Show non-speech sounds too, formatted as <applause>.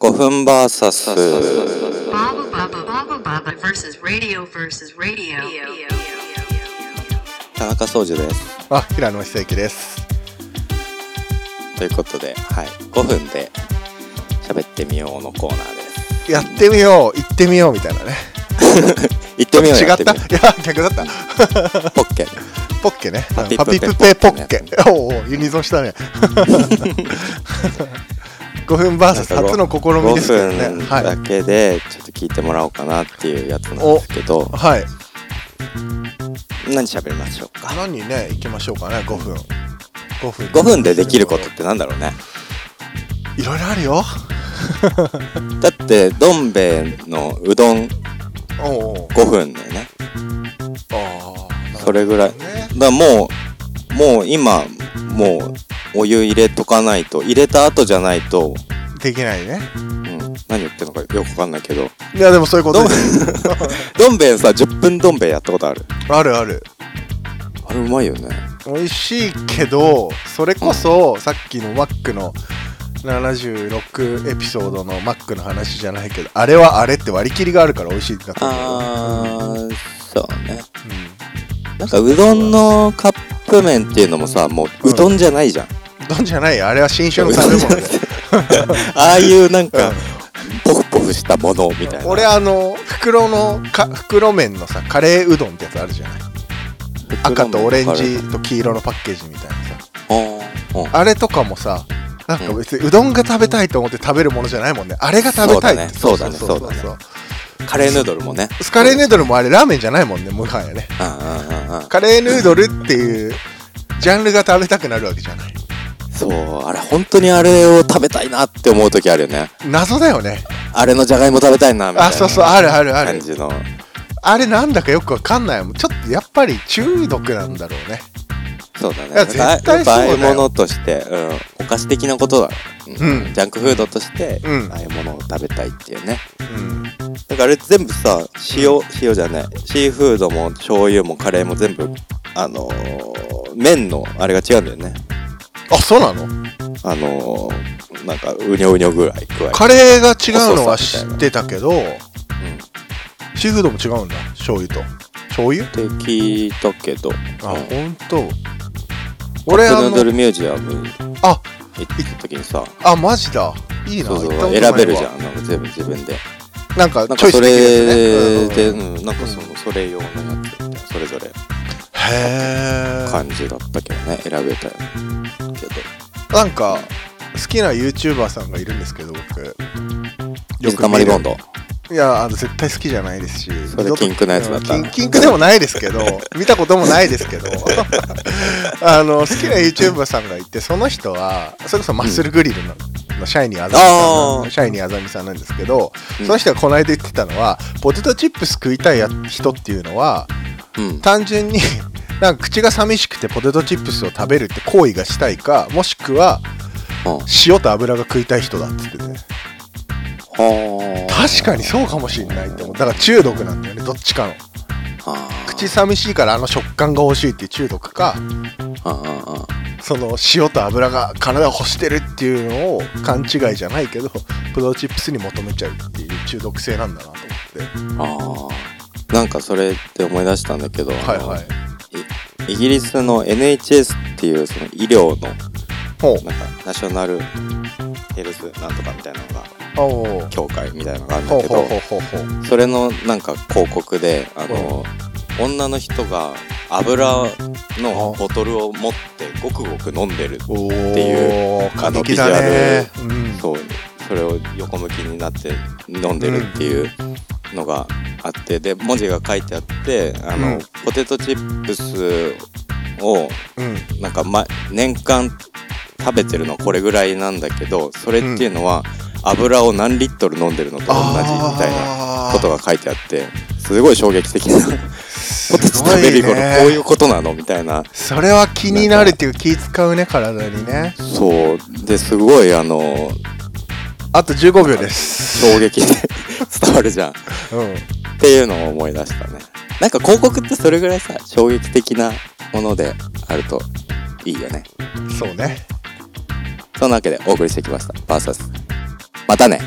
ブン VS Baba Baba Baba Baba versus radio versus radio. 田中総司ですあ、平野久之です。ということで、はい、5分で喋ってみようのコーナーですやってみよう、行ってみようみたいなね。行ってみよう違やっってた。みよいや、逆だった。うポッケポッケね。パパピピプペプペポポッッケケ。おお、ユニゾンしたね。5分バーサス初の試みですけど5ね。分はだい。けでちょっと聞いてもらおうかなっていうやつなんですけどはい。何喋りましょうか何ね、行きましょうかね、5分。5分。 5分でできることってなんだろうねいろいろあるよ。だってどん兵衛のうどんおお。 5分だよねああ。それぐらいなるだほどねからもうもう今もうお湯入れとかないと入れた後じゃないと、できないね。うん、何言ってるのかよくわかんないけどいや、でもそういうことです。どん兵衛さ10分どん兵衛やったことあるあるある。あれうまいよね美味しいけどそれこそさっきのマックの76エピソードのマックの話じゃないけどあれはあれって割り切りがあるから美味しいんだと思うよ、あーそうねなんかうどんのカップ麺っていうのもさもううどんじゃないじゃん、うん、うどんじゃないよあれは新種の <laughs> 食べ物だよああいうなんか、うんポフポフしたものみたいな俺あの袋のか袋麺のさカレーうどんってやつあるじゃない赤とオレンジと黄色のパッケージみたいなさうんうんあれとかもさなんか別にうどんが食べたいと思って食べるものじゃないもんねあれが食べたいってそうだねそうだねそうそうそうカレーヌードルもねスカレーヌードルもあれラーメンじゃないもんねもはやねうんうんうんうんカレーヌードルっていうジャンルが食べたくなるわけじゃないそうあれ本当にあれを食べたいなって思う時あるよね謎だよねあれのじゃがいも食べたいなみたいなあそうそうあるあるあ感るじのあれなんだかよくわかんないもんちょっとやっぱり中毒なんだろうねそうだねいや絶対そうだ買よい物として、うん、お菓子的なことだ、うんうんジャンクフードとしてうんああいうものを食べたいっていうねうんだからあれ全部さ塩塩じゃないシーフードも醤油もカレーも全部あのー麺のあれが違うんだよねあそうなのあのーなんかうにょうにょぐらい加えてカレーが違うのはそう知そうそうってたけどうんシーフードも違うんだ醤油と醤油って聞いたけどあうん本当俺カッあプヌードのルミュージアムあ行った時にさあマジだいいなそうそう行ったことないわ選べるじゃんなんか全部自分でなんかなんチョかイそスできるれやつねで、うんうんうん、なんかそのそれ用のやつみたいなそれぞれへえ感じだったけどね選べたよけどなんか好きな YouTuber さんがいるんですけど僕よ水溜りボンドドいやあの絶対好きじゃないですしそれキンクのやつだったキンキンクでもないですけど <laughs> 見たこともないですけど <laughs> あの好きな YouTuber さんがいてその人はそれこそマッスルグリルの,、のシャイニーあざみさんあーなシャイニーあざみさんなんですけど、うんその人がこの間言ってたのはポテトチップス食いたいや人っていうのはうん単純に <laughs> なんか口が寂しくてポテトチップスを食べるって行為がしたいかもしくは塩と油が食いたい人だって言っててはあ確かにそうかもしんないって思うだから中毒なんだよねどっちかのあー口寂しいからあの食感が欲しいっていう中毒かあああその塩と油が体を欲してるっていうのを勘違いじゃないけどポテトチップスに求めちゃうっていう中毒性なんだなと思っあてああなんかそれって思い出したんだけど、はいはいいイギリスの NHS っていうその医療のほうなんかナショナルヘルスなんとかみたいなのがおう協会みたいなのがあるんほだうけほうどほうほうほうそれのなんか広告であの女の人が油のボトルを持ってごくごく飲んでるおっていーあ過の激だねうんそうそれを横向きになって飲んでるっていうのがあってで文字が書いてあってあの、うんポテトチップスをうんなんか、ま、年間食べてるのこれぐらいなんだけどそれっていうのは油を何リットル飲んでるのと同じみたいななことが書いてあってすごい衝撃的なポテト食べる頃こういうことなのみたいなそれは気になるっていう気使うね体にねそうですごいあのあと15秒です衝撃で <laughs> 伝わるじゃんっうんていうのを思い出したねなんか広告ってそれぐらいさ衝撃的なものであるといいよねそうねそんなわけでお送りしてきました VS またね